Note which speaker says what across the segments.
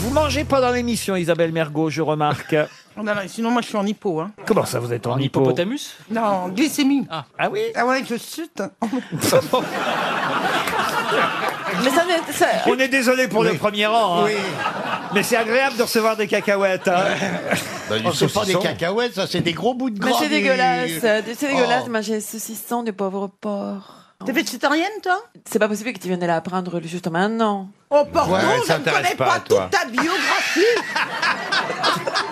Speaker 1: Vous mangez pendant l'émission, Isabelle Mergot, je remarque.
Speaker 2: Oh là là, sinon, moi, je suis en hypo. Hein.
Speaker 1: Comment ça, vous êtes en, hypo
Speaker 3: Hippopotamus
Speaker 2: Non, glycémie. Ah,
Speaker 1: Ah oui
Speaker 2: ouais, je chute.
Speaker 4: Mais ça, ne- ça-
Speaker 1: On est désolé pour le premier rang, hein. mais c'est agréable de recevoir des cacahuètes. hein.
Speaker 5: Oh, c'est pas des cacahuètes, ça, c'est des gros bouts de
Speaker 4: mais
Speaker 5: gras.
Speaker 4: c'est
Speaker 5: du-
Speaker 4: dégueulasse. euh, C'est dégueulasse
Speaker 5: Oh.
Speaker 4: de manger saucisson de pauvre porc.
Speaker 2: T'es végétarienne, toi
Speaker 4: C'est pas possible que tu viennes de l'apprendre juste maintenant.
Speaker 2: Oh, pardon,
Speaker 5: Ouais,
Speaker 2: je ne
Speaker 5: s'intéresse
Speaker 2: connais
Speaker 5: pas,
Speaker 2: pas,
Speaker 5: toi.
Speaker 2: toute ta biographie.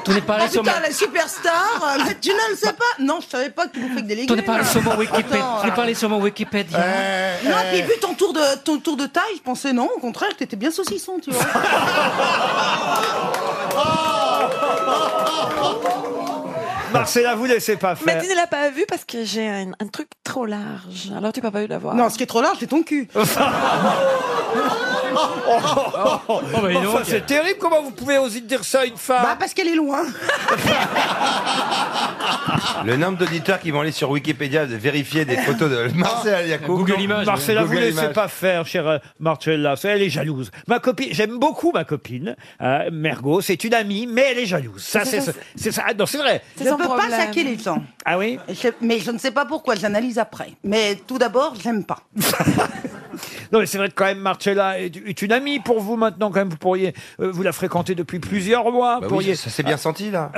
Speaker 3: Tu n'es pas
Speaker 2: Ah,
Speaker 3: allé sur mon...
Speaker 2: putain, la superstar, euh, mais tu ne le sais pas. Non, je savais pas que tu bouffais que des légumes.
Speaker 3: Tu n'es pas allé sur mon Wikipédia.
Speaker 2: Attends.
Speaker 3: Tu n'es pas allé sur mon Wikipédia.
Speaker 5: Euh,
Speaker 2: Non,
Speaker 5: euh,
Speaker 2: puis vu ton tour, de, ton tour de taille, je pensais non, au contraire, que t'étais bien saucisson, tu vois.
Speaker 1: Marcella, vous laissez pas
Speaker 4: Mais
Speaker 1: faire.
Speaker 4: tu ne l'as pas vu parce que j'ai un, un truc trop large. Alors tu n'as pas eu l'avoir.
Speaker 2: non, ce qui est trop large, c'est ton cul.
Speaker 3: Oh, bah, dis
Speaker 1: Enfin,
Speaker 3: donc.
Speaker 1: c'est terrible, comment vous pouvez oser dire ça à une
Speaker 2: Bah,
Speaker 1: femme
Speaker 2: parce qu'elle est loin.
Speaker 6: Le nombre d'auditeurs qui vont aller sur Wikipédia de vérifier des photos de Marcel Aliakou.
Speaker 3: Google
Speaker 1: Ah,
Speaker 3: Images. ouais.
Speaker 1: Marcella, vous
Speaker 6: Google
Speaker 1: laissez
Speaker 6: Ah, Images.
Speaker 1: pas faire, chère euh, Marcella. C'est- Elle est jalouse. Ma copine, j'aime beaucoup ma copine, euh, Mergot. C'est une amie, mais elle est jalouse. Ça, c'est
Speaker 4: C'est ça,
Speaker 1: ça. c'est ça. Ah, non, c'est vrai.
Speaker 4: C'est
Speaker 2: je
Speaker 4: son
Speaker 2: peux
Speaker 4: problème.
Speaker 2: pas saquer les gens.
Speaker 1: Ah oui.
Speaker 2: Je- mais je ne sais pas pourquoi, j'analyse après. Mais tout d'abord, j'aime pas.
Speaker 1: Non, mais c'est vrai que quand même, Marcella est, est une amie pour vous maintenant. Quand même, vous pourriez, euh, vous la fréquenter depuis plusieurs mois.
Speaker 6: Bah oui,
Speaker 1: pourriez,
Speaker 6: ça s'est bien senti là.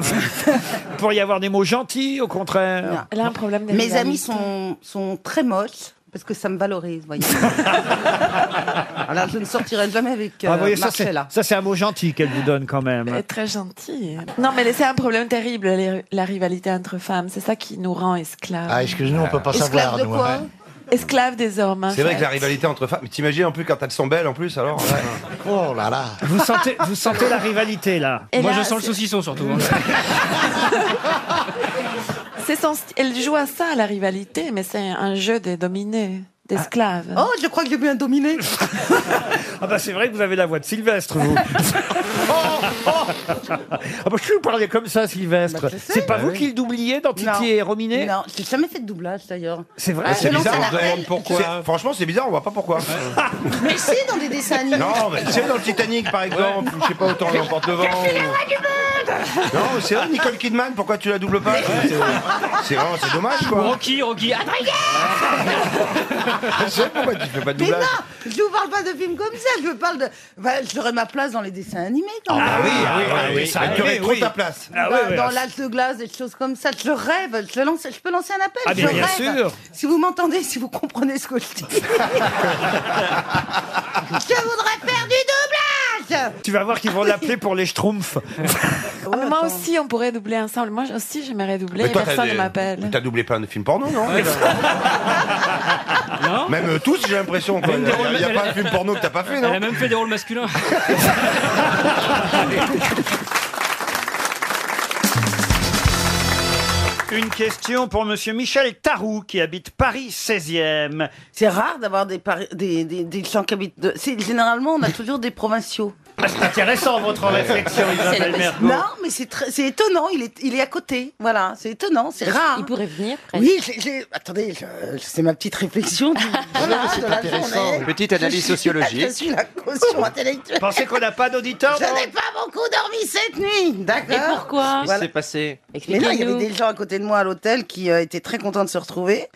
Speaker 1: pourriez avoir des mots gentils, au contraire.
Speaker 2: Non.
Speaker 4: Elle a un problème de
Speaker 2: Mes amis
Speaker 4: rivalité.
Speaker 2: sont, sont très moches. Parce que ça me valorise, voyez. Alors, je ne sortirai jamais avec euh,
Speaker 1: Ah, vous voyez, ça, c'est,
Speaker 2: Marcella.
Speaker 1: ça, c'est un mot gentil qu'elle vous donne quand même.
Speaker 4: Elle est très gentille. Non, mais c'est un problème terrible, les- la rivalité entre femmes. C'est ça qui nous rend esclaves.
Speaker 5: Ah, excuse-nous, on peut pas
Speaker 2: Esclave
Speaker 5: savoir,
Speaker 2: de
Speaker 5: nous. hein.
Speaker 2: quoi
Speaker 5: ouais.
Speaker 4: Esclaves des hommes. hein. en
Speaker 6: C'est vrai que
Speaker 4: fait.
Speaker 6: la rivalité entre femmes. mais T'imagines un peu quand elles sont belles en plus alors
Speaker 5: Oh là là.
Speaker 1: Vous sentez, vous sentez la rivalité là.
Speaker 4: Et
Speaker 3: Moi,
Speaker 4: là,
Speaker 3: je sens le
Speaker 4: c'est-
Speaker 3: saucisson surtout. hein.
Speaker 4: C'est son st- Elle joue à ça, la rivalité, mais c'est un jeu des dominés, d'esclaves.
Speaker 2: Oh, je crois que j'ai bu un dominé.
Speaker 1: Ah bah c'est vrai que vous avez la voix de Sylvestre, vous. Oh, ah bah je vous parlais comme ça, Sylvestre.
Speaker 2: Bah, je sais.
Speaker 1: c'est pas vous qui le doubliez dans Titi
Speaker 2: Non.
Speaker 1: et Rominet
Speaker 2: Non, j'ai jamais fait de doublage d'ailleurs.
Speaker 1: C'est vrai.
Speaker 2: Ah,
Speaker 1: c'est-
Speaker 2: non, ça
Speaker 6: on se demande
Speaker 2: l'appelle.
Speaker 6: pourquoi. Franchement, c'est bizarre, on voit pas pourquoi.
Speaker 2: Mais si, dans des dessins animés.
Speaker 6: Non, mais c'est dans le Titanic par exemple, ou je sais pas autant l'emporte devant. Non, c'est vrai, Nicole Kidman, pourquoi tu la doubles pas C'est- C'est vraiment, c'est dommage quoi.
Speaker 3: Rocky, Rocky. Ah,
Speaker 6: Je sais pourquoi tu fais pas de
Speaker 2: Mais non,
Speaker 6: doublage.
Speaker 2: je vous parle pas de films comme ça. Je vous parle de. Bah, J'aurais ma place dans les dessins animés quand même.
Speaker 6: Ah oui, ah oui, ah oui,
Speaker 1: ça
Speaker 6: Bah, tu
Speaker 1: arrive,
Speaker 6: aurais trop
Speaker 1: oui.
Speaker 6: ta place.
Speaker 1: Ah
Speaker 2: dans
Speaker 1: ouais, ouais,
Speaker 2: dans
Speaker 1: ah,
Speaker 2: l'âge de glace, des choses comme ça. Je rêve. Je, lance, je peux lancer un appel.
Speaker 1: Ah,
Speaker 2: je
Speaker 1: bien, bien
Speaker 2: rêve.
Speaker 1: sûr.
Speaker 2: Si vous m'entendez, si vous comprenez ce que je dis. je voudrais faire du doublage.
Speaker 1: tu vas voir qu'ils vont l'appeler pour les schtroumpfs.
Speaker 4: Ah, mais moi aussi, on pourrait doubler ensemble. Moi aussi, j'aimerais doubler
Speaker 6: Mais
Speaker 4: et
Speaker 6: toi, t'as
Speaker 4: personne
Speaker 6: des-
Speaker 4: ne m'appelle.
Speaker 6: T'as doublé plein de films porno, non
Speaker 3: Non
Speaker 6: Même euh, tous, j'ai l'impression. quoi. Il n'y a, il y a pas un film porno que t'as pas fait,
Speaker 3: Elle
Speaker 6: non
Speaker 3: a même fait des rôles masculins.
Speaker 1: Une question pour Monsieur Michel Tarou qui habite Paris 16e.
Speaker 2: C'est rare d'avoir des, pari- des, des, des gens qui habitent. de- c'est- Généralement, on a toujours des provinciaux.
Speaker 1: Ah, c'est intéressant votre réflexion, Isabelle Mergo.
Speaker 2: Non, mais c'est très- c'est étonnant. Il est, il est à côté. Voilà, c'est étonnant. C'est rare.
Speaker 7: Ah, Il pourrait venir presque.
Speaker 2: Oui, j'ai- j'ai- attendez, je- je- c'est ma petite réflexion. du- voilà, de la journée.
Speaker 8: Petite analyse
Speaker 2: Je suis la-
Speaker 8: sociologique.
Speaker 2: Je suis la caution intellectuelle.
Speaker 1: Pensez qu'on n'a pas d'auditeur
Speaker 2: Je n'ai pas beaucoup dormi cette nuit,
Speaker 7: Et
Speaker 2: d'accord
Speaker 7: pourquoi
Speaker 8: Qu'est-ce qui
Speaker 2: Voilà.
Speaker 8: s'est passé
Speaker 2: Mais non, il y avait
Speaker 7: Expliquez-nous.
Speaker 2: des gens à côté de moi à l'hôtel qui euh, étaient très contents de se retrouver.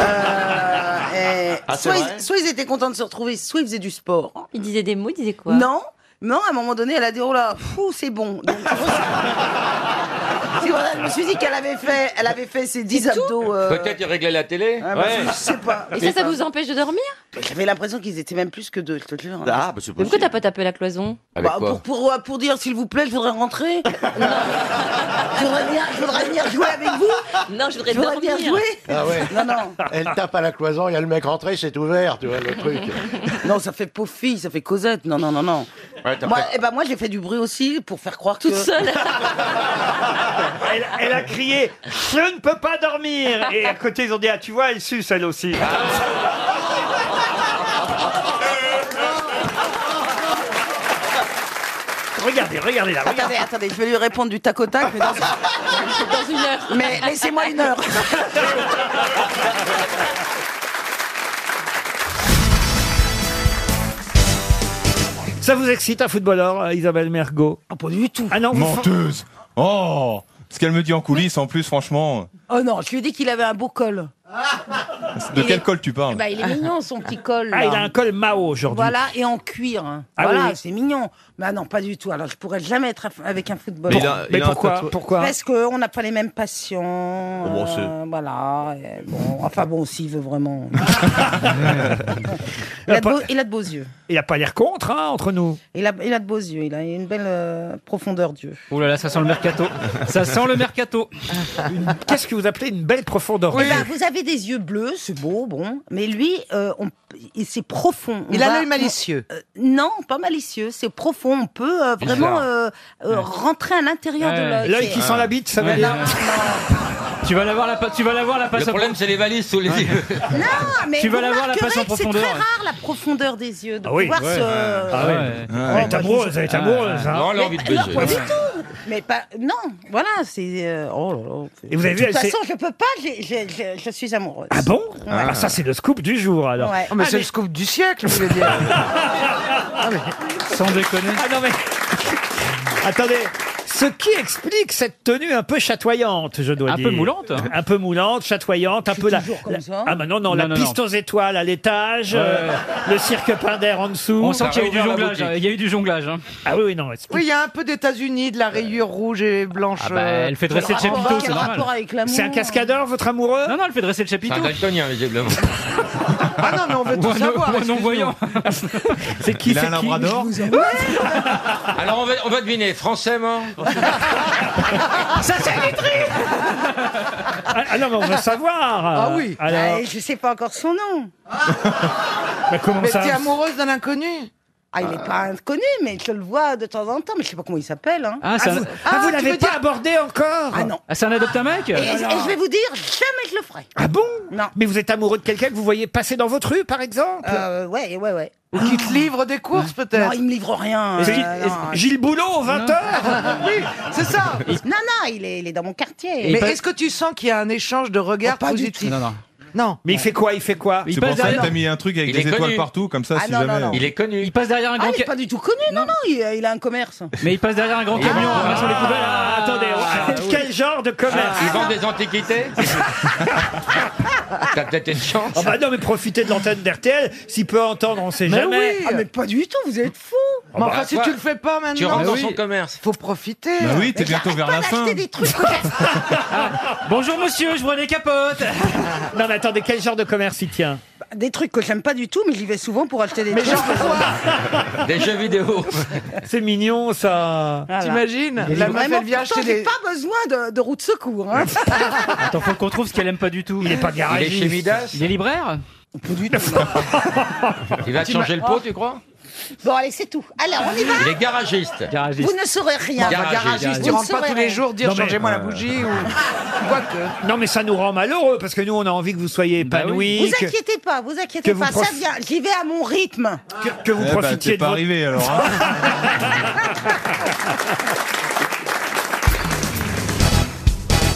Speaker 2: Euh, et
Speaker 8: Ah, c'est
Speaker 2: soit,
Speaker 8: vrai
Speaker 2: ils, soit ils étaient contents de se retrouver, soit ils faisaient du sport.
Speaker 7: Il disait des mots, il disait quoi
Speaker 2: Non, non, à un moment donné, elle a dit Oh là, fou, c'est bon. Donc, c'est voilà, je me suis dit qu'elle avait fait, elle avait fait ses 10 abdos. euh,
Speaker 8: Peut-être il réglait la télé
Speaker 2: ah, bah, Je sais pas.
Speaker 7: Et ça, ça vous empêche de dormir
Speaker 2: J'avais l'impression qu'ils étaient même plus que deux, je te jure. hein.
Speaker 8: Ah, bah c'est
Speaker 7: Mais pourquoi
Speaker 8: possible.
Speaker 7: t'as pas tapé la cloison
Speaker 8: Avec
Speaker 2: Bah,
Speaker 8: quoi
Speaker 2: pour, pour, euh, pour dire s'il vous plaît, je voudrais rentrer. Non. je, voudrais venir, je voudrais venir jouer avec vous.
Speaker 7: Non, je voudrais
Speaker 2: Je voudrais
Speaker 7: dormir.
Speaker 2: venir jouer.
Speaker 5: Ah ouais.
Speaker 2: Non, non.
Speaker 5: Elle tape à la cloison, il y a le mec rentré, c'est ouvert, tu vois, le truc.
Speaker 2: Non, ça fait pauvre fille, ça fait Cosette. Non, non, non, non.
Speaker 8: Ouais, t'as
Speaker 2: Moi,
Speaker 8: pas-
Speaker 2: eh ben, moi j'ai fait du bruit aussi pour faire croire
Speaker 7: Toute
Speaker 2: que.
Speaker 7: seule.
Speaker 1: elle, elle a crié « Je ne peux pas dormir !» Et à côté, ils ont dit « Ah, tu vois, elle suce, elle aussi !» Regardez, regardez là, regardez.
Speaker 2: Attendez, attendez, je vais lui répondre du tac au tac, mais, dans-
Speaker 7: Dans une heure.
Speaker 2: mais laissez-moi une heure.
Speaker 1: Ça vous excite un footballeur, euh, Isabelle Mergot
Speaker 2: Ah, pas du tout.
Speaker 1: Ah non, vous-
Speaker 8: Menteuse Oh Ce qu'elle me dit en coulisses, en plus, franchement.
Speaker 2: Oh non, je lui ai dit qu'il avait un beau col. Ah.
Speaker 8: De quel col tu parles
Speaker 9: Bah, il est mignon, son petit col.
Speaker 1: Ah, il
Speaker 9: là.
Speaker 1: a un col Mao aujourd'hui.
Speaker 2: Voilà, et en cuir. hein.
Speaker 1: Ah
Speaker 2: voilà,
Speaker 1: oui, oui.
Speaker 2: c'est mignon. Mais ah non, pas du tout. Alors, je pourrais jamais être af- avec un footballeur.
Speaker 10: Mais il a,
Speaker 1: Mais
Speaker 10: il a un
Speaker 1: pourquoi
Speaker 10: tatouage-
Speaker 1: Pourquoi
Speaker 2: Parce qu'on n'a pas les mêmes passions.
Speaker 10: Oh, bon, c'est-
Speaker 2: euh, voilà. et bon, enfin bon, s'il veut vraiment. il, a de beaux, il a de beaux yeux.
Speaker 1: Il a pas l'air contre, hein, entre nous.
Speaker 2: Il a, il a de beaux yeux. Il a une belle euh, profondeur d'yeux.
Speaker 3: Oh là là, ça sent le mercato. Ça sent le mercato.
Speaker 1: Qu'est-ce que vous appelez une belle profondeur
Speaker 11: Oh
Speaker 2: Eh ben, vous avez des yeux bleus, c'est beau, bon. Mais lui, euh, on- il- c'est profond. On
Speaker 11: Il a
Speaker 2: va-
Speaker 11: l'œil malicieux.
Speaker 2: on- euh, non, pas malicieux. C'est profond. On peut euh, vraiment
Speaker 3: Bizarre.
Speaker 2: euh, euh, rentrer à l'intérieur
Speaker 3: Ouais.
Speaker 2: de l'œil.
Speaker 1: L'œil
Speaker 2: C'est-
Speaker 1: qui sent la bite, ça veut
Speaker 3: Ouais.
Speaker 1: dire
Speaker 3: Tu vas l'avoir la, pa- tu vas l'avoir la
Speaker 10: Le
Speaker 3: passe au-
Speaker 10: problème, c'est les valises sous les yeux.
Speaker 2: Ah, mais
Speaker 3: Tu
Speaker 2: vous
Speaker 3: vas la voir, la
Speaker 2: remarquerez
Speaker 3: passe en
Speaker 2: que C'est
Speaker 3: profondeur.
Speaker 2: très rare la profondeur des yeux. De
Speaker 1: Ah oui,
Speaker 2: pouvoir
Speaker 3: ouais.
Speaker 2: se-
Speaker 3: Ah ouais.
Speaker 2: Eh ben,
Speaker 3: Ah.
Speaker 1: Elle
Speaker 2: oh, bah,
Speaker 1: est bah, amoureuse, elle est amoureuse. hein.
Speaker 10: Non, elle a envie de baiser.
Speaker 2: Pas du tout. Mais pas. Non, voilà, c'est. euh, oh là là.
Speaker 1: Et vous avez vu,
Speaker 2: De toute
Speaker 1: elle s'est-
Speaker 2: façon, je peux pas, j'ai- j'ai- j'ai- je suis amoureuse.
Speaker 1: Ah bon Ah, Ça, c'est le scoop du jour, alors.
Speaker 2: Ouais.
Speaker 11: Oh, mais
Speaker 1: Ah,
Speaker 11: c'est
Speaker 1: mais-
Speaker 11: le scoop du siècle, vous voulez dire.
Speaker 3: Sans déconner.
Speaker 1: Ah non, mais... Attendez ce qui explique cette tenue un peu chatoyante, je dois
Speaker 3: Un
Speaker 1: dire.
Speaker 3: peu moulante. hein.
Speaker 1: Un peu moulante, chatoyante, un peu la.
Speaker 2: toujours comme
Speaker 1: la-
Speaker 2: ça.
Speaker 1: Ah, bah non, non, la
Speaker 3: Non, non,
Speaker 1: piste aux étoiles à l'étage, euh, le cirque Pinder en dessous.
Speaker 3: On sent qu'il y a eu
Speaker 10: Ça
Speaker 3: du
Speaker 10: va ouvrir la
Speaker 3: jonglage. hein. Il y a eu du jonglage. hein.
Speaker 1: Ah oui, oui, non, explique.
Speaker 11: Oui, il y a un peu d'États-Unis, de la rayure rouge et blanche.
Speaker 3: Ah bah,
Speaker 11: euh,
Speaker 3: elle fait dresser le
Speaker 2: Quel
Speaker 3: chapiteau, c'est normal.
Speaker 2: rapport avec l'amour
Speaker 1: C'est un cascadeur, votre amoureux
Speaker 3: Non, non, elle fait dresser le
Speaker 10: C'est
Speaker 3: chapiteau.
Speaker 10: un daltonien, visiblement.
Speaker 11: Ah non, mais on veut
Speaker 3: Ou
Speaker 11: tout
Speaker 3: un-
Speaker 11: savoir.
Speaker 3: ou un non-voyant.
Speaker 1: C'est qui
Speaker 8: Il
Speaker 1: c'est
Speaker 8: a un
Speaker 1: qui
Speaker 8: labrador
Speaker 10: Alors, on va, on va deviner. Français mort
Speaker 1: ah, ah non, mais on veut savoir.
Speaker 11: Ah oui.
Speaker 1: Alors,
Speaker 2: Ah, je sais pas encore son nom.
Speaker 1: bah, comment
Speaker 11: Mais
Speaker 1: ça
Speaker 11: t'es amoureuse d'un inconnu
Speaker 2: Ah, il est pas inconnu, mais je le vois de temps en temps, mais je sais pas comment il s'appelle. hein.
Speaker 3: Ah, c'est
Speaker 1: Ah,
Speaker 3: un,
Speaker 1: vous, ah, vous
Speaker 11: tu
Speaker 1: l'avez
Speaker 11: veux
Speaker 1: pas
Speaker 11: dire-
Speaker 1: abordé encore
Speaker 2: Ah non.
Speaker 3: ah, c'est un adopte un mec
Speaker 2: Et, et je vais vous dire, jamais je le ferai.
Speaker 1: Ah bon
Speaker 2: Non.
Speaker 1: Mais vous êtes amoureux de quelqu'un que vous voyez passer dans votre rue, par exemple
Speaker 2: Euh, ouais, ouais, ouais.
Speaker 11: Ou qui te livre des courses,
Speaker 2: Non,
Speaker 11: peut-être
Speaker 2: il me livre rien.
Speaker 1: C'est
Speaker 2: euh,
Speaker 1: Gilles,
Speaker 2: non.
Speaker 1: Gilles Boulot, 20h
Speaker 11: Oui, c'est ça.
Speaker 2: non, non, il est, il est dans mon quartier.
Speaker 11: Mais
Speaker 3: pas-
Speaker 11: est-ce que tu sens qu'il y a un échange de regards
Speaker 2: Oh, pas du
Speaker 11: positifs
Speaker 3: non.
Speaker 11: Non.
Speaker 1: Mais il fait quoi Il fait quoi
Speaker 3: Il
Speaker 8: C'est
Speaker 3: passe
Speaker 8: pour ça que
Speaker 3: derrière.
Speaker 8: t'as mis un truc avec
Speaker 10: Il
Speaker 8: des
Speaker 10: est
Speaker 8: étoiles
Speaker 10: connu.
Speaker 8: partout, comme ça,
Speaker 2: Ah
Speaker 8: si
Speaker 2: non, non,
Speaker 8: jamais.
Speaker 2: non.
Speaker 10: Il est connu.
Speaker 3: Il passe derrière un
Speaker 2: Ah,
Speaker 3: grand
Speaker 2: il est
Speaker 3: camion.
Speaker 2: pas du tout connu, non, non, il, euh, il a un commerce.
Speaker 3: Mais il passe derrière un grand camion en ramassant les poubelles.
Speaker 1: Ah, Attendez, on- quel genre de commerce
Speaker 10: Ils vendent des antiquités T'as peut-être une chance.
Speaker 1: Ah bah non, mais profitez de l'antenne d'RTL, s'il peut entendre, on sait
Speaker 11: Mais
Speaker 1: jamais.
Speaker 11: oui.
Speaker 2: Ah, mais pas du tout, vous êtes fous.
Speaker 11: Mais enfin, si
Speaker 10: quoi
Speaker 11: tu le fais pas maintenant,
Speaker 10: Tu rentres dans
Speaker 11: oui,
Speaker 10: son commerce.
Speaker 11: faut profiter.
Speaker 8: Bah oui, t'es bientôt vers la fin.
Speaker 2: Acheter des trucs.
Speaker 3: Bonjour monsieur, je vois des capotes.
Speaker 1: Non mais attendez, quel genre de commerce il tient
Speaker 2: des trucs que j'aime pas du tout, mais j'y vais souvent pour acheter des trucs.
Speaker 10: Des jeux vidéo.
Speaker 1: C'est mignon ça
Speaker 2: Voilà.
Speaker 11: T'imagines
Speaker 2: Et
Speaker 11: La meuf,
Speaker 2: vraiment,
Speaker 11: elle vient
Speaker 2: pourtant,
Speaker 11: acheter
Speaker 2: j'ai
Speaker 11: des...
Speaker 2: pas besoin de, de roue de secours. Hein.
Speaker 3: Attends, faut qu'on trouve ce qu'elle aime pas du tout.
Speaker 1: Il est pas
Speaker 10: Il est
Speaker 1: garagiste.
Speaker 10: chez Midas.
Speaker 3: Il est libraire
Speaker 10: Il va te changer le
Speaker 3: Oh,
Speaker 10: pot, tu crois
Speaker 2: bon, allez, c'est tout. Alors, on y va.
Speaker 10: Il est garagiste.
Speaker 3: Garagiste.
Speaker 2: Vous ne saurez rien.
Speaker 10: Garagiste,
Speaker 11: Garagiste, tu
Speaker 2: Vous
Speaker 11: rentres
Speaker 2: le
Speaker 11: pas tous
Speaker 2: saurez.
Speaker 11: les jours dire
Speaker 1: Non, mais- euh,
Speaker 11: changez-moi la bougie ou quoi que.
Speaker 1: Non mais ça nous rend malheureux, parce que nous on a envie que vous soyez
Speaker 3: Bah oui.
Speaker 1: épanouis,
Speaker 2: Vous
Speaker 1: que-
Speaker 2: inquiétez pas, vous
Speaker 1: que
Speaker 2: inquiétez
Speaker 1: vous
Speaker 2: pas, ça
Speaker 1: prof-
Speaker 2: vient. J'y vais à mon rythme.
Speaker 1: que, que vous
Speaker 8: Eh bah,
Speaker 1: profitiez
Speaker 8: t'es
Speaker 1: de
Speaker 8: pas
Speaker 1: votre...
Speaker 8: arrivé alors. hein.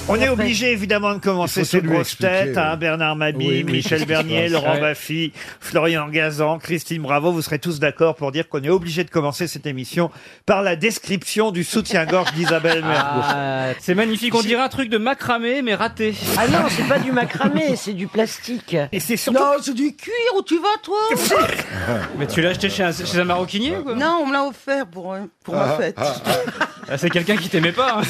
Speaker 1: On est obligé évidemment de commencer
Speaker 5: Il faut
Speaker 1: ces
Speaker 5: tout lui
Speaker 1: grosses
Speaker 5: expliquer,
Speaker 1: têtes.
Speaker 5: oui.
Speaker 1: hein, Bernard Mabie, Michel Bernier, Laurent Baffy, Florian Gazan, Christine Bravo. Vous serez tous d'accord pour dire qu'on est obligé de commencer cette émission par la description du soutien-gorge d'Isabelle Mergo.
Speaker 3: Ah, c'est magnifique, on dirait un truc de macramé mais raté.
Speaker 11: Ah non, c'est pas du macramé, c'est du plastique.
Speaker 1: Et c'est surtout.
Speaker 2: Non, c'est du cuir. Où tu vas, toi
Speaker 3: Mais tu l'as acheté chez un, chez un maroquinier ou quoi
Speaker 2: Non, on me l'a offert pour, euh, pour ma fête.
Speaker 3: Ah, C'est quelqu'un qui t'aimait pas. hein.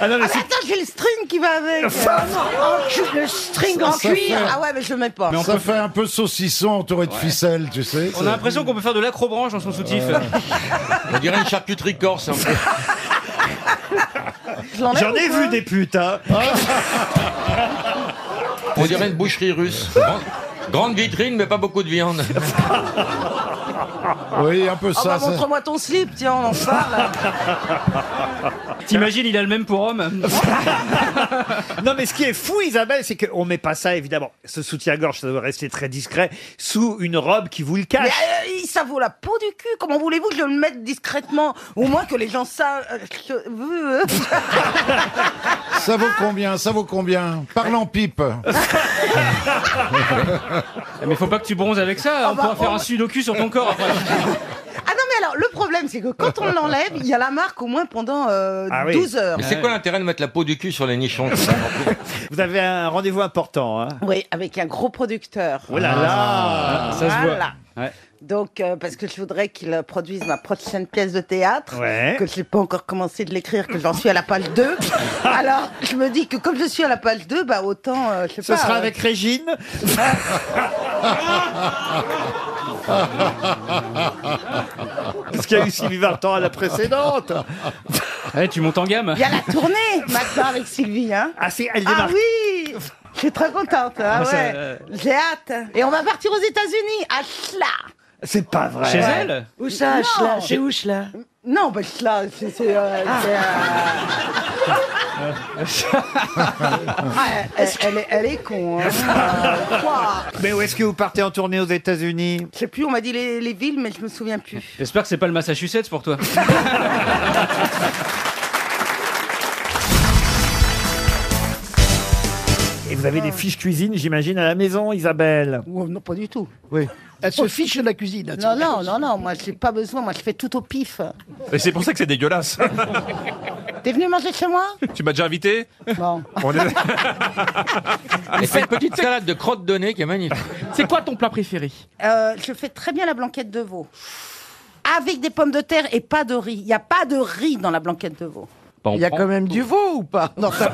Speaker 1: Ah non, mais c'est-
Speaker 2: Attends, j'ai le string qui va avec. Ah non, en cu- le string en
Speaker 5: ça
Speaker 2: cuir.
Speaker 5: fait-
Speaker 2: Ah ouais, mais je le mets pas.
Speaker 3: Mais on
Speaker 5: Ça
Speaker 3: peut-
Speaker 5: fait un peu saucisson entouré de ficelles, tu sais.
Speaker 3: On a l'impression qu'on peut faire de l'acrobranche en son soutif.
Speaker 10: On dirait une charcuterie corse. un peu.
Speaker 2: Je l'enlève
Speaker 1: J'en ai
Speaker 2: ou quoi
Speaker 1: vu des putes, hein.
Speaker 10: On dirait une boucherie russe. Grande- Grande vitrine, mais pas beaucoup de viande.
Speaker 5: Oui, un peu
Speaker 2: Ah
Speaker 5: ça.
Speaker 2: bah,
Speaker 5: ça.
Speaker 2: montre-moi ton slip, tiens, on en parle.
Speaker 3: T'imagines, il a le même pour homme.
Speaker 1: Non, mais ce qui est fou, Isabelle, c'est qu'on met pas ça, évidemment. Ce soutien-gorge, ça doit rester très discret sous une robe qui vous le
Speaker 2: Mais
Speaker 1: cache.
Speaker 2: euh, il- ça vaut la peau du cul. Comment voulez-vous que je le mette discrètement Au moins que les gens savent. euh, que- euh, euh.
Speaker 5: Ça vaut combien Ça vaut combien Parle en pipe.
Speaker 3: Mais faut pas que tu bronzes avec ça,
Speaker 2: Ah
Speaker 3: on
Speaker 2: bah,
Speaker 3: hein. pourra faire
Speaker 2: on-
Speaker 3: oh. un sudoku sur ton corps après.
Speaker 2: Ah non, mais c'est que quand on l'enlève, il y a la marque au moins pendant euh, 12 heures.
Speaker 10: Mais c'est quoi l'intérêt de mettre la peau du cul sur les nichons c'est ça
Speaker 1: Vous avez un rendez-vous important. Hein
Speaker 2: Oui, avec un gros producteur.
Speaker 1: Oh là
Speaker 5: Ah.
Speaker 1: là
Speaker 3: Ça se voit.
Speaker 2: Voilà.
Speaker 3: Ouais.
Speaker 2: Donc, euh, parce que je voudrais qu'il euh, produise ma prochaine pièce de théâtre,
Speaker 1: Ouais.
Speaker 2: que je n'ai pas encore commencé de l'écrire, que j'en suis à la page 2. Alors, je me dis que comme je suis à la page 2, bah autant, euh, je sais
Speaker 1: Ce
Speaker 2: pas,
Speaker 1: sera
Speaker 2: euh,
Speaker 1: avec Régine. Parce qu'il y a eu Sylvie Vartan à la précédente.
Speaker 3: Eh, tu montes en gamme.
Speaker 2: Il y a la tournée maintenant avec Sylvie, hein
Speaker 1: Ah, c'est, elle
Speaker 2: Ah
Speaker 1: démarre.
Speaker 2: oui Je suis très contente, hein,
Speaker 3: Ah, ça,
Speaker 2: ouais.
Speaker 3: euh,
Speaker 2: J'ai hâte. Et on va partir aux États-Unis, à Schla.
Speaker 1: C'est pas vrai.
Speaker 3: Chez elle
Speaker 11: Où ça,
Speaker 2: Non.
Speaker 11: Schla Chez où, Schla
Speaker 2: Non, bah Schla, c'est... c'est, euh, c'est, euh, Ah, elle, elle est, elle est con, hein. Euh, ouah.
Speaker 1: Mais où est-ce que vous partez en tournée aux États-Unis
Speaker 2: Je sais plus, on m'a dit les, les villes, mais je me souviens plus.
Speaker 3: J'espère que c'est pas le Massachusetts pour toi.
Speaker 1: Et vous avez des fiches cuisine, j'imagine, à la maison, Isabelle.
Speaker 9: euh,
Speaker 2: Oh, non, pas du tout.
Speaker 9: Elle se fiche de la cuisine. hein,
Speaker 2: Non, non, non, non, moi, j'ai pas besoin, moi, je fais tout au pif.
Speaker 8: Et c'est pour ça que c'est dégueulasse.
Speaker 2: T'es venu manger chez moi
Speaker 8: tu m'as déjà invité
Speaker 2: Bon.
Speaker 8: On est-
Speaker 10: Et c'est une petite salade de crotte de nez qui est magnifique.
Speaker 9: C'est quoi ton plat préféré
Speaker 2: Euh, je fais très bien la blanquette de veau. Avec des pommes de terre et pas de riz. Il n'y a pas de riz dans la blanquette de veau.
Speaker 12: Bah,
Speaker 11: Il y a quand même du veau ou pas Non, ça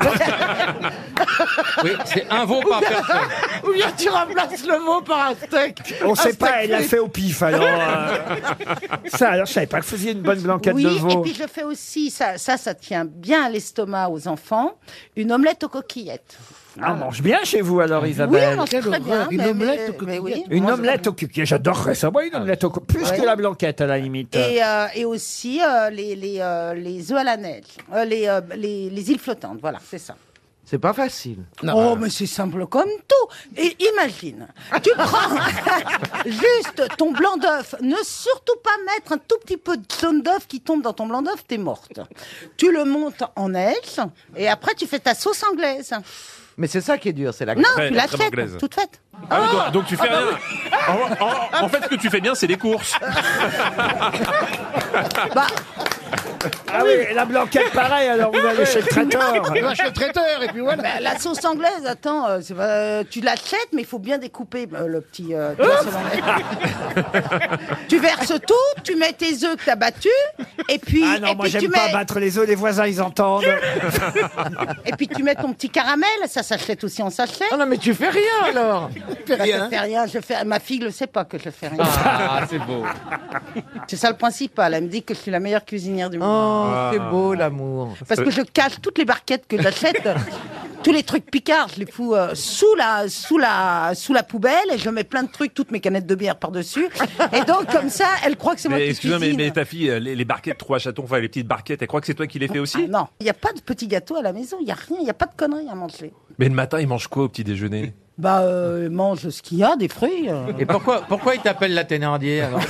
Speaker 10: Oui, c'est un veau par personne.
Speaker 11: Ou bien tu remplaces le veau par un steak
Speaker 1: On sait pas, elle l'a fait au pif, alors. euh, Ça, alors, je savais pas que vous faisiez une bonne blanquette
Speaker 2: oui,
Speaker 1: de
Speaker 2: et
Speaker 1: veau.
Speaker 2: puis je fais aussi, ça, ça, ça tient bien à l'estomac aux enfants, une omelette aux coquillettes.
Speaker 1: Ah, on mange bien chez vous, alors,
Speaker 2: Oui,
Speaker 1: Isabelle.
Speaker 2: on en sait
Speaker 9: quelle
Speaker 2: très bien.
Speaker 9: horreur, une
Speaker 2: mais-
Speaker 9: omelette
Speaker 2: mais-
Speaker 9: aux
Speaker 2: mais oui.
Speaker 1: Une omelette au cuquet, j'adorerais ça. Moi, une omelette au cuquet, plus que la blanquette à la limite.
Speaker 2: Et, euh, et aussi euh, les, les, euh, les œufs à la neige, Euh, les, euh, les, les îles flottantes, voilà, c'est ça.
Speaker 11: C'est pas facile.
Speaker 2: oh, mais c'est simple comme tout. Et imagine, tu prends juste ton blanc d'œuf. Ne surtout pas mettre un tout petit peu de jaune d'œuf qui tombe dans ton blanc d'œuf, t'es morte. Tu le montes en neige et après tu fais ta sauce anglaise.
Speaker 11: Mais c'est ça qui est dur, c'est la
Speaker 2: Non,
Speaker 8: Très-
Speaker 2: tu
Speaker 8: très
Speaker 2: l'achètes
Speaker 8: anglaise.
Speaker 2: toute faite.
Speaker 8: Ah oui, donc, donc tu fais rien. En- en- en fait, ce que tu fais bien, c'est les courses.
Speaker 9: Bah.
Speaker 1: Ah oui, et la blanquette, pareil, alors vous allez chez le traiteur.
Speaker 9: Tu vas chez le traiteur et puis voilà.
Speaker 2: Bah, la sauce anglaise, attends, euh, c'est pas- euh, tu l'achètes, mais il faut bien découper euh, le petit. euh,
Speaker 9: Oh.
Speaker 2: tu, vois, selon- Tu verses tout, tu mets tes œufs que t'as battus, et puis,
Speaker 1: Ah non,
Speaker 2: et
Speaker 1: moi,
Speaker 2: puis tu
Speaker 1: j'aime pas
Speaker 2: mets-
Speaker 1: battre les œufs, les voisins, ils entendent.
Speaker 2: et puis tu mets ton petit caramel. Ça s'achète aussi en sachet.
Speaker 11: Oh non, mais tu fais rien alors
Speaker 2: Bah, Je fais rien, je fais... ma fille ne sait pas que je fais rien.
Speaker 3: Ah, c'est beau.
Speaker 2: C'est ça le principal. Elle me dit que je suis la meilleure cuisinière du monde.
Speaker 11: Oh, c'est
Speaker 12: Ah.
Speaker 11: beau l'amour.
Speaker 2: Parce que je cache toutes les barquettes que j'achète. Tous les trucs picards, je les fous euh, sous, la, sous, la, sous la poubelle et je mets plein de trucs, toutes mes canettes de bière par-dessus. Et donc, comme ça, elle croit que c'est moi
Speaker 12: Mais
Speaker 2: qui
Speaker 12: excuse-moi, mais,
Speaker 2: cuisine.
Speaker 12: mais ta fille, euh, les, les barquettes, trois chatons, enfin les petites barquettes, elle croit que c'est toi qui les fais
Speaker 2: Ah,
Speaker 12: aussi
Speaker 2: non, il n'y a pas de petits gâteaux à la maison, il n'y a rien, il n'y a pas de conneries à manger.
Speaker 12: Mais le matin, ils mangent quoi au petit déjeuner
Speaker 2: Bah, euh, elle mange ce qu'il y a, des fruits. euh.
Speaker 10: Et pourquoi, pourquoi il t'appelle la Thénardier alors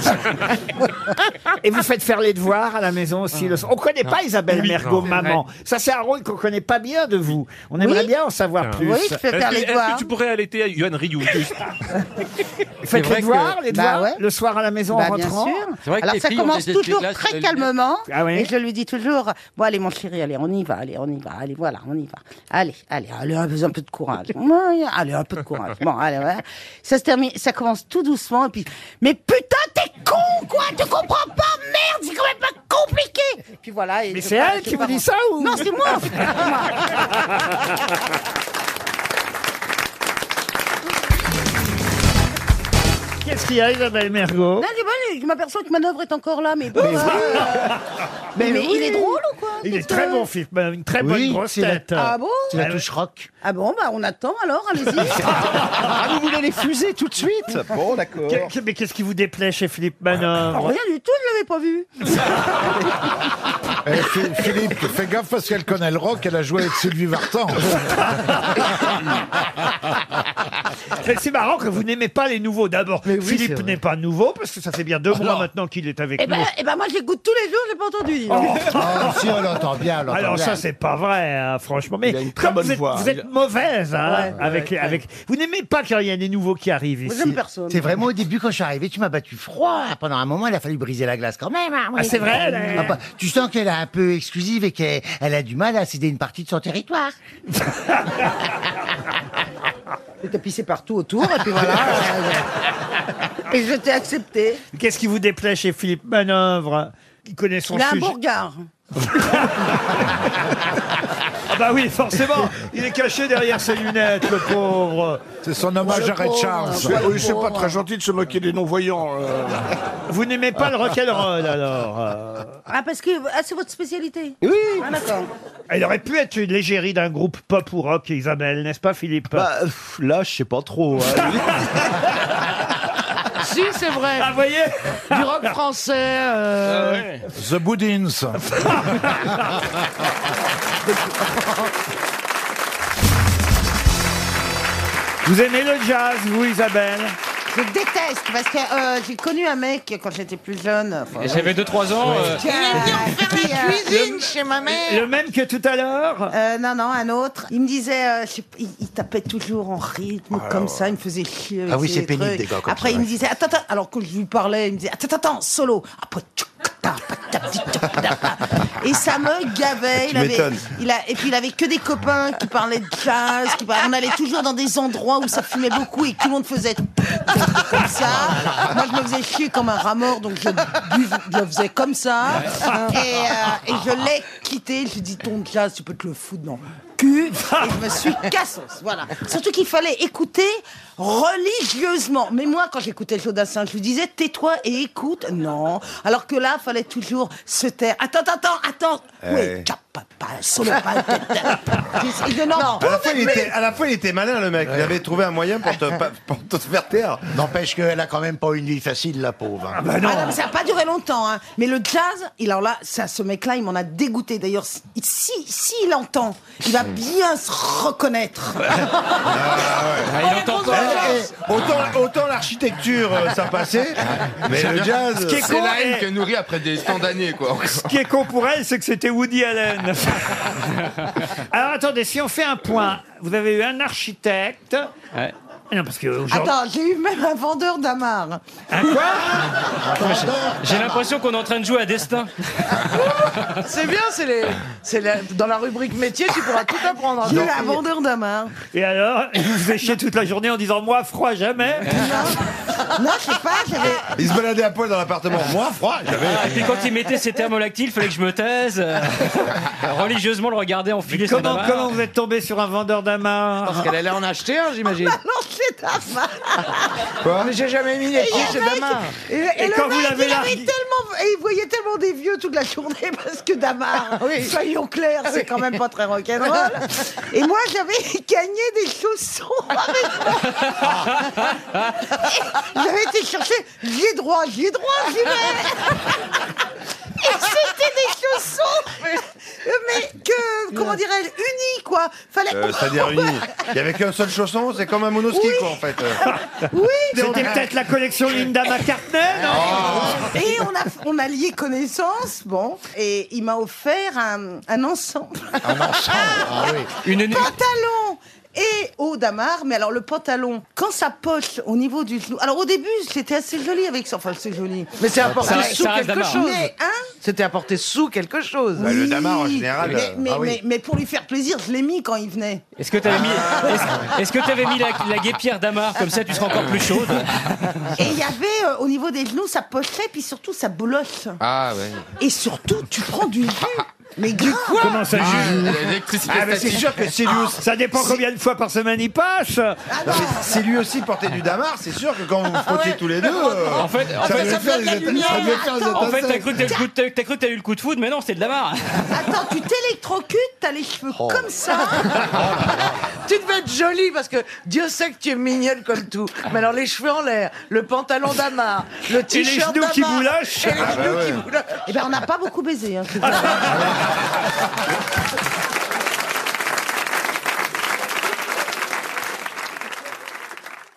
Speaker 1: Et vous faites faire les devoirs à la maison aussi. le soir. On connaît pas Isabelle Mergo,
Speaker 10: c'est
Speaker 1: maman. Ça, Ah. c'est un rôle qu'on connaît pas bien de vous. On aimerait bien en savoir plus.
Speaker 2: Ah. Oui, je fais
Speaker 12: Est-ce
Speaker 2: faire
Speaker 12: que,
Speaker 2: les
Speaker 12: est-ce que
Speaker 2: devoirs.
Speaker 12: tu pourrais allaiter à Yohan Ryu juste
Speaker 10: C'est
Speaker 1: Faites
Speaker 10: vrai
Speaker 1: les devoirs,
Speaker 10: que-
Speaker 1: les
Speaker 2: Bah
Speaker 1: devoirs,
Speaker 2: ouais.
Speaker 1: le soir à la maison en
Speaker 2: Bah, bien
Speaker 1: rentrant.
Speaker 2: sûr.
Speaker 10: C'est vrai que
Speaker 2: Alors
Speaker 10: les
Speaker 2: ça
Speaker 10: filles ont
Speaker 2: commence
Speaker 10: des
Speaker 2: toujours
Speaker 10: éclates,
Speaker 2: très
Speaker 10: elles-
Speaker 2: calmement.
Speaker 1: Ah ouais
Speaker 2: Et je lui dis toujours, bon allez mon chéri, allez, on y va, allez, on y va, allez, voilà, on y va. Allez, allez, allez, un peu, un peu de courage. Ouais, allez, un peu de courage. Bon, allez, ouais. Ça se termine, ça commence tout doucement et puis, mais putain, t'es con, quoi, tu comprends pas, merde, c'est quand même pas compliqué. Puis voilà. et
Speaker 1: Mais
Speaker 2: je
Speaker 1: c'est
Speaker 2: pars-
Speaker 1: elle
Speaker 2: je
Speaker 1: qui vous
Speaker 2: pars
Speaker 1: dit
Speaker 2: en-
Speaker 1: ça ou
Speaker 2: Bah, Non, c'est moi. c'est moi.
Speaker 1: Qu'est-ce qu'il y a, Isabelle Mergo
Speaker 2: Non, c'est bon, je m'aperçois que Manœuvre est encore là, mais bon. euh, mais il est drôle ou quoi
Speaker 1: Il
Speaker 2: qu'est-ce
Speaker 1: est très
Speaker 2: que-
Speaker 1: bon, Philippe. Une très bonne
Speaker 9: Oui,
Speaker 1: grosse
Speaker 9: c'est la-
Speaker 1: tête.
Speaker 2: Ah bon
Speaker 9: C'est la touche rock.
Speaker 2: Ah bon, bah on attend alors, allez-y.
Speaker 9: Ah, vous voulez les fuser tout de suite
Speaker 6: Bon, d'accord.
Speaker 1: Qu'est- qu'est- Mais qu'est-ce qui vous déplaît chez Philippe Manon
Speaker 2: Oh, Rien du tout, je l'avais pas vu.
Speaker 5: Eh, Phi- Philippe, fais gaffe parce qu'elle connaît le rock, elle a joué avec Sylvie Vartan.
Speaker 1: Mais C'est marrant que vous n'aimez pas les nouveaux. D'abord,
Speaker 11: Mais oui, c'est
Speaker 1: Philippe
Speaker 11: vrai.
Speaker 1: n'est pas nouveau parce que ça s'est bien faire deux mois maintenant qu'il est avec
Speaker 2: Eh
Speaker 1: nous.
Speaker 2: ben, eh ben moi j'écoute tous les jours, j'ai pas entendu. dis donc.
Speaker 1: Ah,
Speaker 13: si, on l'entend bien, on l'entend
Speaker 1: Alors
Speaker 13: bien.
Speaker 1: ça, c'est pas vrai, hein, franchement. Mais
Speaker 13: Il a une très
Speaker 1: comme
Speaker 13: bonne
Speaker 1: vous êtes,
Speaker 13: voix.
Speaker 1: vous êtes mauvaise, hein,
Speaker 13: Ouais.
Speaker 1: avec, avec. Vous n'aimez pas quand il y a des nouveaux qui arrivent ici.
Speaker 13: C'est vraiment au début quand je suis arrivé, tu m'as battu froid. Pendant un moment, il a fallu briser la glace quand même. hein, oui.
Speaker 1: Ah, c'est vrai, elle est-
Speaker 13: Ah, pas- Tu sens qu'elle est un peu exclusive et qu'elle elle a du mal à céder une partie de son territoire.
Speaker 2: Et t'as pissé partout autour, et puis voilà. et je t'ai accepté.
Speaker 1: Qu'est-ce qui vous déplaît chez Philippe Manœuvre Il connaît son
Speaker 2: Il a un
Speaker 1: sujet.
Speaker 2: bon regard.
Speaker 1: Ah bah oui, forcément. Il est caché derrière ses lunettes, le pauvre. C'est son
Speaker 5: hommage Le à Ray pauvre, Charles.
Speaker 14: C'est- oui, c'est pas très gentil de se moquer des non-voyants. euh.
Speaker 1: Vous n'aimez pas le rock'n'roll alors euh.
Speaker 2: Ah, parce que ah, c'est votre spécialité
Speaker 1: Oui.
Speaker 2: Ah, d'accord.
Speaker 1: Elle aurait pu être une légérie d'un groupe pop ou rock, Isabelle, n'est-ce pas, Philippe
Speaker 2: euh,
Speaker 9: Bah,
Speaker 1: là, je sais pas trop. hein.
Speaker 9: si, c'est vrai.
Speaker 1: Ah, voyez
Speaker 9: Du rock français. euh,
Speaker 5: The Boudins.
Speaker 1: Vous aimez le jazz, vous, Isabelle
Speaker 2: Je déteste, parce que euh, j'ai connu un mec quand j'étais plus jeune. enfin,
Speaker 3: J'avais 2-3 ans. euh,
Speaker 2: Qui faire
Speaker 13: cuisine
Speaker 2: chez ma
Speaker 11: Euh.
Speaker 1: Le même que tout à l'heure
Speaker 2: Non, non, un autre. Il me disait, euh, je sais pas, il, il tapait toujours en rythme comme ça, il me faisait chier. avec
Speaker 13: Ah oui,
Speaker 2: ses
Speaker 13: c'est pénible,
Speaker 2: trucs.
Speaker 13: des gars comme
Speaker 2: Après,
Speaker 13: ça,
Speaker 2: il me
Speaker 13: ouais.
Speaker 2: disait, attends, attends, alors que je lui parlais, il me disait, attends, attends, solo. Après, tchouc, ta, pa, ta, pti, tchouc, ta, pa. et ça me gavait.
Speaker 13: Tu
Speaker 2: Il avait,
Speaker 13: m'étonnes.
Speaker 2: il a, et puis il avait que des copains qui parlaient de jazz. Qui parlaient- on allait toujours dans des endroits où ça fumait beaucoup et que tout le monde faisait comme ça. Moi, je me faisais chier comme un rat mort, donc je, buv- je le faisais comme ça. Et, euh, et je l'ai quitté. Je lui ai dit, ton jazz, tu peux te le foutre dans le cul. Et je me suis cassos. Voilà. Surtout qu'il fallait écouter religieusement. Mais moi, quand j'écoutais Joe Dassin, je lui disais, tais-toi et écoute. Non. Alors que là, fallait toujours se taire. Attends, attends, attends. Oui,
Speaker 6: Ouais.
Speaker 2: tchap, pa, pa, solo, pa, ta, ta. Je- je n'en
Speaker 11: Ah,
Speaker 6: À la, fois, il
Speaker 2: pouvais
Speaker 6: était, à la fois, il était malin, le mec. Il avait trouvé un moyen pour te, pa- pour te faire taire.
Speaker 13: N'empêche qu'elle a quand même pas une vie facile, la pauvre. Ah
Speaker 11: bah
Speaker 2: Ah non, mais ça n'a pas duré longtemps. hein. Mais le jazz, il, alors là, ça, ce mec-là, il m'en a dégoûté. D'ailleurs, si, si, il entend, il va bien se reconnaître.
Speaker 6: Ah,
Speaker 4: Oh,
Speaker 2: Ah,
Speaker 6: il entend Autant, autant l'architecture, euh, ça passait, mais
Speaker 1: C'est
Speaker 6: le
Speaker 1: bien.
Speaker 6: jazz.
Speaker 1: Ce qui est
Speaker 6: euh,
Speaker 1: con, eh,
Speaker 10: nourrit après des tant d'années, quoi.
Speaker 1: Ce qui est con pour elle, c'est que c'était Woody Allen. Alors attendez, si on fait un point, vous avez eu un architecte. Ah Non, parce que aujourd'hui.
Speaker 2: Attends, j'ai eu même un vendeur d'amarre.
Speaker 1: Un quoi
Speaker 3: Attends, j'ai- J'ai l'impression qu'on est en train de jouer à destin.
Speaker 11: C'est bien, c'est les, c'est la- dans la rubrique métier, tu pourras tout apprendre. hein.
Speaker 2: J'ai eu un vendeur d'amarre.
Speaker 1: Et alors, vous vous échiez toute la journée en disant moi froid jamais.
Speaker 2: Non, je sais pas, j'avais.
Speaker 6: Il se baladait à poil dans l'appartement. Moi, froid, j'avais.
Speaker 3: Ah, et puis quand il mettait ses thermolactiles, il fallait que je me taise. euh, religieusement le regarder enfiler son
Speaker 1: Comment,
Speaker 3: amarre.
Speaker 1: comment vous êtes tombé sur un vendeur d'amarre
Speaker 11: Parce qu'elle allait en acheter un, j'imagine.
Speaker 2: Non, c'est d'amarre.
Speaker 11: Mais j'ai jamais mis les pieds chez Damar.
Speaker 2: Et, et le
Speaker 11: quand
Speaker 2: mec,
Speaker 11: vous l'avez
Speaker 2: il, avait
Speaker 11: largué-
Speaker 2: tellement, et il voyait tellement des vieux toute la journée parce que Damar, soyons clairs, c'est quand même pas très rock'n'roll. Et moi, j'avais gagné des chaussons avec moi. Ah. J'avais été chercher, j'ai droit, j'ai droit, j'y vais. Et c'était des chaussons, mais que, comment dirais-je, unis, quoi. Fallait.
Speaker 6: Euh, C'est-à-dire une. Il n'y avait qu'un seul chausson, c'est comme un monoski,
Speaker 2: Oui.
Speaker 6: quoi, en fait.
Speaker 2: Oui,
Speaker 1: C'était peut-être la
Speaker 11: Ah.
Speaker 1: collection Linda McCartney, non
Speaker 2: Et on a, on a lié connaissance, bon, et il m'a offert un, un ensemble.
Speaker 13: Un ensemble, ah oui.
Speaker 3: Une
Speaker 2: Pantalon et haut d'amarre, mais alors le pantalon, quand ça poche au niveau du genou. Alors au début, c'était assez joli avec ça, enfin c'est joli.
Speaker 11: Mais c'est
Speaker 2: important.
Speaker 11: apporté sous quelque chose.
Speaker 2: Mais, hein
Speaker 11: C'était apporté sous quelque chose.
Speaker 6: Bah, le damar, en général, euh,
Speaker 2: mais, mais, mais- mais pour lui faire plaisir, je l'ai mis quand il venait.
Speaker 3: Est-ce que t'avais mis, est-ce, est-ce que t'avais mis la, la guépière d'amarre comme ça, tu seras encore plus chaude
Speaker 2: Et il y avait euh, au niveau des genoux, ça pochait, puis surtout ça bouloche.
Speaker 10: Ah ouais.
Speaker 2: Et surtout, tu prends du jus. Mais du quoi
Speaker 1: Comment ça
Speaker 10: Ah,
Speaker 1: juge
Speaker 10: l'électricité
Speaker 1: Ah, mais c'est
Speaker 10: statique.
Speaker 1: sûr que c'est lui aussi- Ça dépend combien de fois par semaine il passe.
Speaker 6: Non, mais si lui aussi portait du damar, c'est sûr que quand vous vous frottiez tous les deux. euh,
Speaker 3: En fait, en fait,
Speaker 6: devait
Speaker 3: ça
Speaker 6: faire
Speaker 3: fait de
Speaker 6: des
Speaker 3: la
Speaker 6: éta-
Speaker 3: lumière,
Speaker 6: ça devait faire des
Speaker 2: attends.
Speaker 3: En fait, t'as
Speaker 6: étincelles.
Speaker 3: cru que t'as, eu le coup de- t'as cru que t'as eu le coup de foudre, mais non, c'était de l'amarre.
Speaker 2: Attends, tu t'électrocutes, t'as les cheveux comme ça.
Speaker 11: Oh. Tu devais être jolie parce que Dieu sait que tu es mignonne comme tout. Mais alors les cheveux en l'air, le pantalon d'amarre, le
Speaker 2: Et les
Speaker 11: t-shirt
Speaker 2: genoux
Speaker 11: d'amarre.
Speaker 2: qui vous lâchent.
Speaker 11: Et les
Speaker 2: Ah bah
Speaker 11: genoux
Speaker 2: ouais.
Speaker 11: qui vous lâchent.
Speaker 2: Eh ben, on n'a pas beaucoup baisé. hein, je vous dis.